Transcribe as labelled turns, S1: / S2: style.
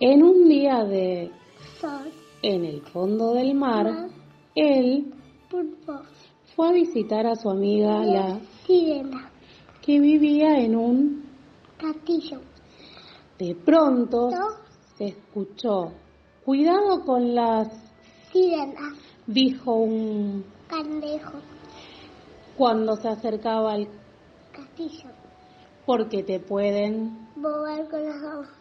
S1: En un día de
S2: sol,
S1: en el fondo del mar,
S2: mar,
S1: él
S2: pulpo,
S1: fue a visitar a su amiga la
S2: sirena,
S1: que vivía en un...
S2: castillo,
S1: De pronto
S2: no,
S1: se escuchó. Cuidado con las...
S2: sirena,
S1: dijo un...
S2: candejo,
S1: cuando se acercaba al...
S2: castillo,
S1: porque te pueden...
S2: volar con las hojas,